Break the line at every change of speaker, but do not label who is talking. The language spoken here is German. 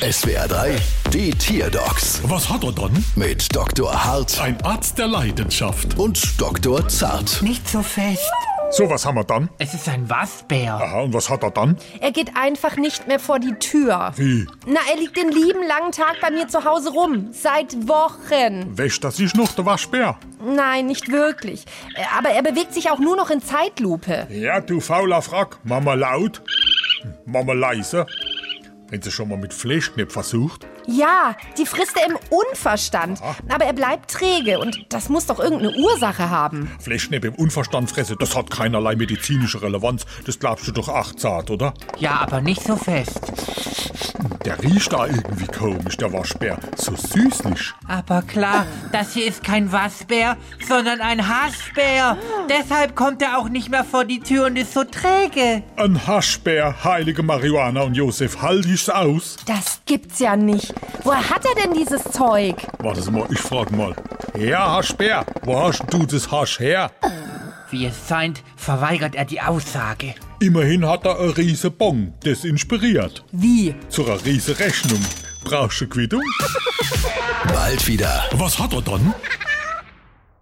SWR 3, die Tierdocs
Was hat er dann?
mit Dr. Hart
Ein Arzt der Leidenschaft.
und Dr. Zart.
Nicht so fest.
So, was haben wir dann?
Es ist ein Wasbär.
Aha, und was hat er dann?
Er geht einfach nicht mehr vor die Tür.
Wie?
Na, er liegt den lieben langen Tag bei mir zu Hause rum. Seit Wochen.
Wäscht er sich noch der Waschbär?
Nein, nicht wirklich. Aber er bewegt sich auch nur noch in Zeitlupe.
Ja, du fauler Frack. Mama laut, Mama leise. Wenn sie schon mal mit Fleischknepp versucht.
Ja, die frisst er im Unverstand. Aber er bleibt träge und das muss doch irgendeine Ursache haben.
Fleischknepp im Unverstand fresse, das hat keinerlei medizinische Relevanz. Das glaubst du doch auch zart, oder?
Ja, aber nicht so fest.
Der riecht da irgendwie komisch, der Waschbär. So süßlich.
Aber klar, das hier ist kein Wasbär, sondern ein Haschbär. Deshalb kommt er auch nicht mehr vor die Tür und ist so träge.
Ein Haschbär, heilige Marihuana und Josef, halt ich's aus.
Das gibt's ja nicht. Woher hat er denn dieses Zeug?
Warte mal, ich frag mal. Ja, Haschbär, wo hast du das Hasch her?
Wie es scheint, verweigert er die Aussage.
Immerhin hat er eine riese Bon, das inspiriert.
Wie?
Zu einer riesen Rechnung. Brauchst du Quittung?
Bald wieder.
Was hat er dann?